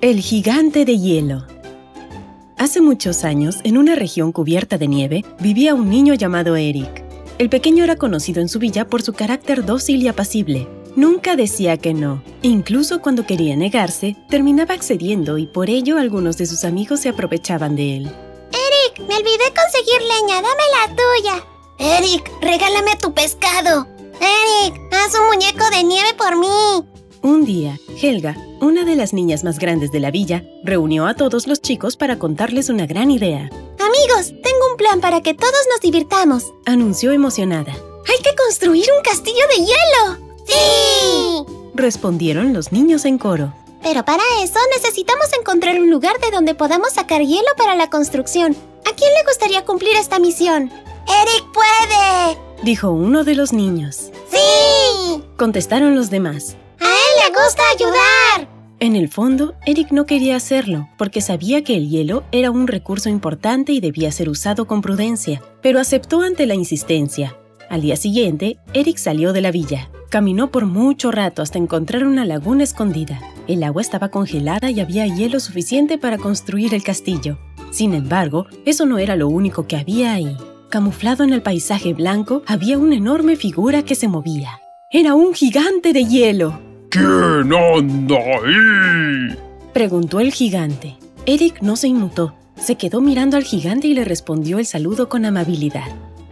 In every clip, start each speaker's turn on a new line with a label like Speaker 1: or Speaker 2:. Speaker 1: El gigante de hielo. Hace muchos años, en una región cubierta de nieve, vivía un niño llamado Eric. El pequeño era conocido en su villa por su carácter dócil y apacible. Nunca decía que no. Incluso cuando quería negarse, terminaba accediendo y por ello algunos de sus amigos se aprovechaban de él.
Speaker 2: Eric, me olvidé conseguir leña, dame la tuya. Eric, regálame tu pescado. Eric, haz un muñeco de nieve por mí.
Speaker 1: Un día, Helga, una de las niñas más grandes de la villa, reunió a todos los chicos para contarles una gran idea.
Speaker 2: Amigos, tengo un plan para que todos nos divirtamos.
Speaker 1: Anunció emocionada.
Speaker 2: Hay que construir un castillo de hielo. Sí.
Speaker 1: Respondieron los niños en coro.
Speaker 2: Pero para eso necesitamos encontrar un lugar de donde podamos sacar hielo para la construcción. ¿A quién le gustaría cumplir esta misión? Eric puede.
Speaker 1: Dijo uno de los niños.
Speaker 2: Sí.
Speaker 1: Contestaron los demás.
Speaker 2: A él le gusta ayudar.
Speaker 1: En el fondo, Eric no quería hacerlo, porque sabía que el hielo era un recurso importante y debía ser usado con prudencia, pero aceptó ante la insistencia. Al día siguiente, Eric salió de la villa. Caminó por mucho rato hasta encontrar una laguna escondida. El agua estaba congelada y había hielo suficiente para construir el castillo. Sin embargo, eso no era lo único que había ahí. Camuflado en el paisaje blanco, había una enorme figura que se movía. Era un gigante de hielo.
Speaker 3: ¿Quién anda ahí?
Speaker 1: Preguntó el gigante. Eric no se inmutó. Se quedó mirando al gigante y le respondió el saludo con amabilidad.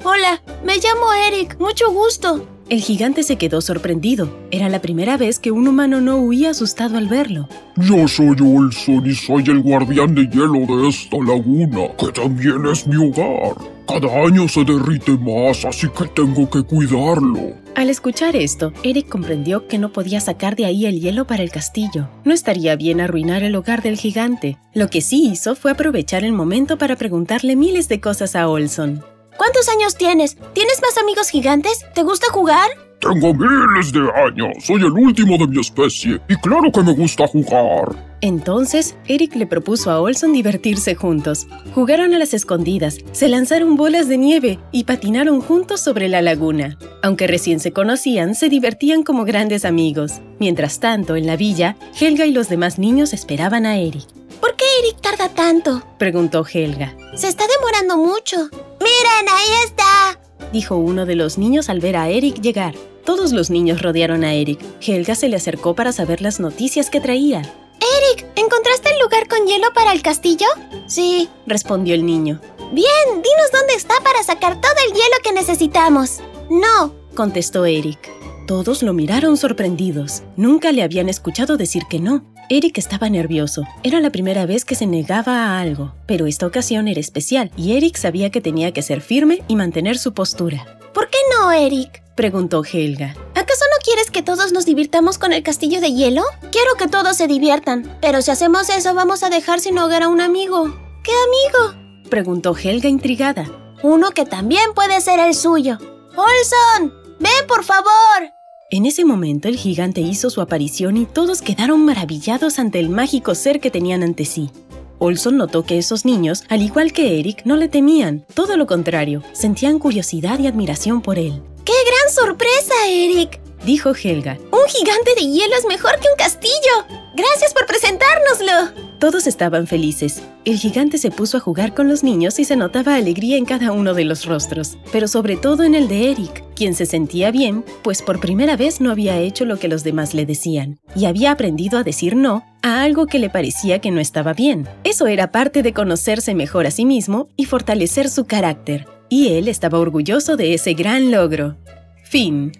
Speaker 2: Hola, me llamo Eric, mucho gusto.
Speaker 1: El gigante se quedó sorprendido. Era la primera vez que un humano no huía asustado al verlo.
Speaker 3: Yo soy Olson y soy el guardián de hielo de esta laguna, que también es mi hogar. Cada año se derrite más, así que tengo que cuidarlo.
Speaker 1: Al escuchar esto, Eric comprendió que no podía sacar de ahí el hielo para el castillo. No estaría bien arruinar el hogar del gigante. Lo que sí hizo fue aprovechar el momento para preguntarle miles de cosas a Olson.
Speaker 2: ¿Cuántos años tienes? ¿Tienes más amigos gigantes? ¿Te gusta jugar?
Speaker 3: Tengo miles de años, soy el último de mi especie y claro que me gusta jugar.
Speaker 1: Entonces, Eric le propuso a Olson divertirse juntos. Jugaron a las escondidas, se lanzaron bolas de nieve y patinaron juntos sobre la laguna. Aunque recién se conocían, se divertían como grandes amigos. Mientras tanto, en la villa, Helga y los demás niños esperaban a Eric.
Speaker 2: ¿Por qué Eric tarda tanto?
Speaker 1: Preguntó Helga.
Speaker 2: Se está demorando mucho. ¡Miren, ahí está!
Speaker 1: dijo uno de los niños al ver a Eric llegar. Todos los niños rodearon a Eric. Helga se le acercó para saber las noticias que traía.
Speaker 2: Eric, ¿encontraste el lugar con hielo para el castillo?
Speaker 1: Sí, respondió el niño.
Speaker 2: Bien, dinos dónde está para sacar todo el hielo que necesitamos. No,
Speaker 1: contestó Eric. Todos lo miraron sorprendidos. Nunca le habían escuchado decir que no. Eric estaba nervioso. Era la primera vez que se negaba a algo, pero esta ocasión era especial y Eric sabía que tenía que ser firme y mantener su postura.
Speaker 2: ¿Por qué no, Eric?
Speaker 1: preguntó Helga.
Speaker 2: ¿Acaso no quieres que todos nos divirtamos con el castillo de hielo? Quiero que todos se diviertan, pero si hacemos eso vamos a dejar sin hogar a un amigo. ¿Qué amigo?
Speaker 1: preguntó Helga intrigada.
Speaker 2: Uno que también puede ser el suyo. Olson, ven por favor.
Speaker 1: En ese momento el gigante hizo su aparición y todos quedaron maravillados ante el mágico ser que tenían ante sí. Olson notó que esos niños, al igual que Eric, no le temían, todo lo contrario, sentían curiosidad y admiración por él.
Speaker 2: ¡Qué gran sorpresa, Eric!
Speaker 1: Dijo Helga.
Speaker 2: Un gigante de hielo es mejor que un castillo. Gracias por presentárnoslo.
Speaker 1: Todos estaban felices. El gigante se puso a jugar con los niños y se notaba alegría en cada uno de los rostros, pero sobre todo en el de Eric, quien se sentía bien, pues por primera vez no había hecho lo que los demás le decían, y había aprendido a decir no a algo que le parecía que no estaba bien. Eso era parte de conocerse mejor a sí mismo y fortalecer su carácter, y él estaba orgulloso de ese gran logro. Fin.